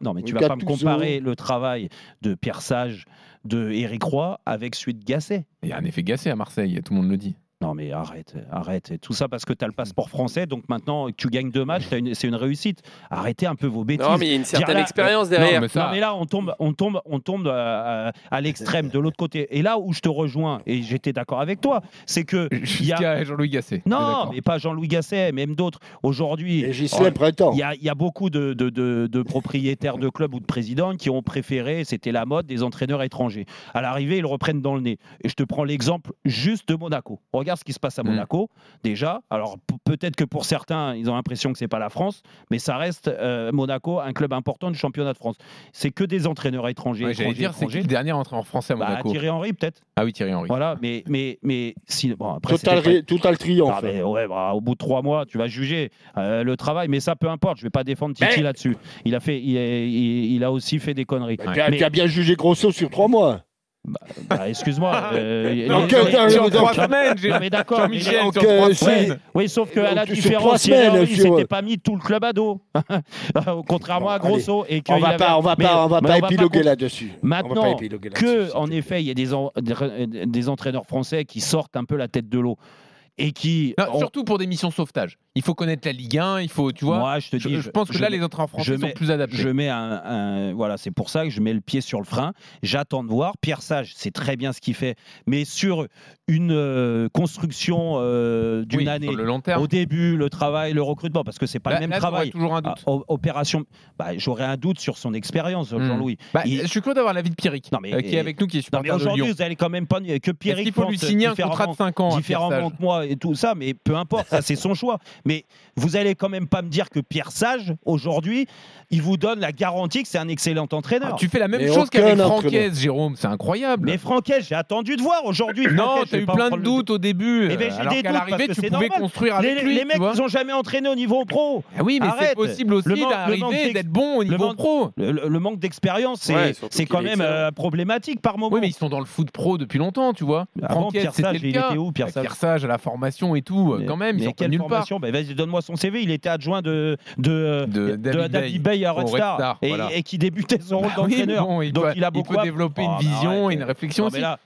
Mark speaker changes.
Speaker 1: Non, mais tu
Speaker 2: Le
Speaker 1: vas pas me
Speaker 2: Gattuso.
Speaker 1: comparer le travail de Pierre Sage, de Éric Roy, avec celui de Gasset.
Speaker 3: Il y a un effet gassé à Marseille, tout le monde le dit.
Speaker 1: Non, mais arrête, arrête. Et tout ça parce que tu as le passeport français, donc maintenant que tu gagnes deux matchs, t'as une- c'est une réussite. Arrêtez un peu vos bêtises.
Speaker 4: Non, mais il y a une
Speaker 1: Dire
Speaker 4: certaine
Speaker 1: là-
Speaker 4: expérience
Speaker 3: euh, Non,
Speaker 4: derrière.
Speaker 3: mais ça,
Speaker 1: Non, mais là, on tombe, on tombe, on tombe euh, à, à l'extrême de l'autre côté. Et là où je te rejoins, et j'étais d'accord avec toi, c'est que. il y a-
Speaker 3: jusqu'à Jean-Louis Gasset.
Speaker 1: Non, mais pas Jean-Louis Gasset, même d'autres. Aujourd'hui,
Speaker 2: Et Gisley prétend.
Speaker 1: il y, a, il y a beaucoup de, de- de- de propriétaires de clubs ou de présidents qui ont préféré, c'était la mode, des entraîneurs étrangers. À l'arrivée, ils le reprennent dans le nez. Et je te prends l'exemple juste de Monaco. Regarde ce qui se passe à
Speaker 3: Mm.
Speaker 1: Monaco, déjà. Alors p- peut-être que pour certains, ils ont l'impression que c'est pas la France, mais ça reste euh, Monaco, un club important du championnat de France. C'est que des entraîneurs étrangers.
Speaker 3: Ouais, J'allais
Speaker 1: étrangers,
Speaker 3: dire, c'est qui
Speaker 1: étrangers.
Speaker 3: le dernier entraîneur français à
Speaker 1: Bah,
Speaker 3: Monaco
Speaker 1: Thierry Henry, peut-être.
Speaker 3: Ah oui, Thierry Henry.
Speaker 1: Voilà, mais, mais, mais si. Bon, après,
Speaker 2: total,
Speaker 1: c'était pas-
Speaker 2: ré- total
Speaker 1: ah,
Speaker 2: triomphe.
Speaker 1: mais ouais, bah, au bout de trois mois, tu vas juger euh, le travail, mais ça peu importe. Je vais pas défendre Titi
Speaker 4: Mais-
Speaker 1: là-dessus. Il a fait, il, est- il- il a aussi fait des conneries.
Speaker 2: Tu as-
Speaker 1: Mais-
Speaker 2: tu as bien jugé Grosso sur trois mois.
Speaker 1: Bah, Excuse-moi. euh, les-
Speaker 2: Donc,
Speaker 1: les-
Speaker 2: euh,
Speaker 1: les-
Speaker 2: sur trois
Speaker 3: semaines,
Speaker 1: Non, mais d'accord, mais
Speaker 3: Jean-Michel,
Speaker 2: les-
Speaker 3: sur
Speaker 2: Donc,
Speaker 3: trois
Speaker 2: euh,
Speaker 3: semaines.
Speaker 1: Oui, sauf que
Speaker 2: Donc,
Speaker 1: à la
Speaker 2: sur
Speaker 1: différence,
Speaker 2: trois
Speaker 1: Thierry
Speaker 2: semaines,
Speaker 1: Henry, il
Speaker 2: sur-
Speaker 1: s'était pas mis tout le club à dos, contrairement
Speaker 2: Bon,
Speaker 1: à Grosso. Et
Speaker 2: On
Speaker 1: qu'il
Speaker 2: va
Speaker 1: avait-
Speaker 2: pas, on va
Speaker 1: mais-
Speaker 2: pas, on va
Speaker 1: mais
Speaker 2: pas
Speaker 1: on va
Speaker 2: épiloguer
Speaker 1: contre-
Speaker 2: là-dessus. On va pas
Speaker 1: Maintenant
Speaker 2: épiloguer là-dessus,
Speaker 1: que,
Speaker 2: s'il
Speaker 1: en
Speaker 2: te plaît.
Speaker 1: effet, il y a des, en- des- des entraîneurs français qui sortent un peu la tête de l'eau et qui.
Speaker 3: Non,
Speaker 1: ont-
Speaker 3: Surtout pour des missions sauvetage. Il faut connaître la Ligue 1, il faut, tu vois.
Speaker 1: Moi, je te
Speaker 3: je,
Speaker 1: dis,
Speaker 3: je pense que là, les entraîneurs français
Speaker 1: je
Speaker 3: sont
Speaker 1: mets-
Speaker 3: plus adaptés.
Speaker 1: Je mets un, un- voilà, c'est pour ça que je mets le pied sur le frein. J'attends de voir. Pierre Sage, c'est très bien ce qu'il fait, mais sur une euh, construction euh, d'une
Speaker 3: Oui,
Speaker 1: année.
Speaker 3: Sur le long terme.
Speaker 1: Au début, le travail, le recrutement, parce que c'est pas
Speaker 3: Là-
Speaker 1: le même
Speaker 3: là, t'aurais
Speaker 1: travail.
Speaker 3: toujours un doute.
Speaker 1: Ah, o- opération, bah, j'aurais un doute sur son expérience,
Speaker 3: Hmm.
Speaker 1: Jean-Louis.
Speaker 3: Bah,
Speaker 1: Ah, il-
Speaker 3: Je suis curieux d'avoir l'avis de Pierrick,
Speaker 1: Non, mais-
Speaker 3: euh, qui est avec nous, qui est
Speaker 1: Non, mais
Speaker 3: supporter de Lyon.
Speaker 1: aujourd'hui, vous allez quand même pas que
Speaker 3: Est-ce
Speaker 1: Pierre
Speaker 3: qu'il faut lui signer un contrat de 5 ans à Pierre
Speaker 1: différemment
Speaker 3: Sage
Speaker 1: que moi et tout ça, mais peu importe, ça c'est son choix. Mais vous allez quand même pas me dire que Pierre Sage, aujourd'hui, il vous donne la garantie que c'est un excellent entraîneur.
Speaker 3: Ah, Tu fais la même
Speaker 2: Mais
Speaker 3: chose
Speaker 2: aucun
Speaker 3: qu'avec
Speaker 2: entraîneur.
Speaker 3: Francaise, Jérôme, c'est incroyable.
Speaker 1: Mais Franquet, j'ai attendu de voir aujourd'hui.
Speaker 3: Bah. non,
Speaker 1: Franquet, je
Speaker 3: t'as
Speaker 1: vais
Speaker 3: eu
Speaker 1: pas
Speaker 3: plein de
Speaker 1: prendre le-
Speaker 3: doutes au début. euh,
Speaker 1: Eh ben, j'ai
Speaker 3: alors
Speaker 1: des
Speaker 3: qu'à
Speaker 1: doutes,
Speaker 3: l'arrivée,
Speaker 1: parce
Speaker 3: tu
Speaker 1: que c'est
Speaker 3: pouvais
Speaker 1: normal.
Speaker 3: construire
Speaker 1: Les,
Speaker 3: avec
Speaker 1: les
Speaker 3: lui. tu
Speaker 1: mecs,
Speaker 3: vois.
Speaker 1: ils ont jamais entraîné au niveau pro.
Speaker 3: Ah oui, mais c'est
Speaker 1: Arrête.
Speaker 3: possible aussi
Speaker 1: Le man- le manque
Speaker 3: d'arriver,
Speaker 1: d'ex-
Speaker 3: d'être bon au
Speaker 1: le
Speaker 3: niveau
Speaker 1: manque-
Speaker 3: pro.
Speaker 1: Le, le- le manque d'expérience, c'est
Speaker 4: Ouais, surtout
Speaker 1: c'est
Speaker 4: qu'il
Speaker 1: quand
Speaker 4: est
Speaker 1: même
Speaker 4: excellent.
Speaker 1: euh, problématique par moment.
Speaker 3: Oui, mais ils sont dans le foot pro depuis longtemps, tu vois.
Speaker 1: Avant,
Speaker 3: Franquette,
Speaker 1: Ah, Pierre
Speaker 3: c'était
Speaker 1: Sage,
Speaker 3: le
Speaker 1: il
Speaker 3: cas.
Speaker 1: était où, Pierre
Speaker 3: Bah,
Speaker 1: Sage
Speaker 3: Pierre Sage à la formation et tout, euh, quand même, ils
Speaker 1: mais
Speaker 3: sont pas
Speaker 1: quelle
Speaker 3: nulle part.
Speaker 1: formation Ben, Vas-y, donne-moi son CV. Il était adjoint de, de,
Speaker 3: De David
Speaker 1: Bay à
Speaker 3: au
Speaker 1: Red
Speaker 3: Red
Speaker 1: Star,
Speaker 3: Star,
Speaker 1: et,
Speaker 3: voilà.
Speaker 1: et qui débutait son rôle
Speaker 3: Bah oui, mais
Speaker 1: d'entraîneur.
Speaker 3: bon, il
Speaker 1: Donc
Speaker 3: peut-
Speaker 1: il a
Speaker 3: il
Speaker 1: beaucoup
Speaker 3: peut
Speaker 1: à-
Speaker 3: développer
Speaker 1: Oh,
Speaker 3: une
Speaker 1: bah,
Speaker 3: vision
Speaker 1: arrête.
Speaker 3: et une réflexion
Speaker 1: Non,
Speaker 3: aussi.
Speaker 1: mais là,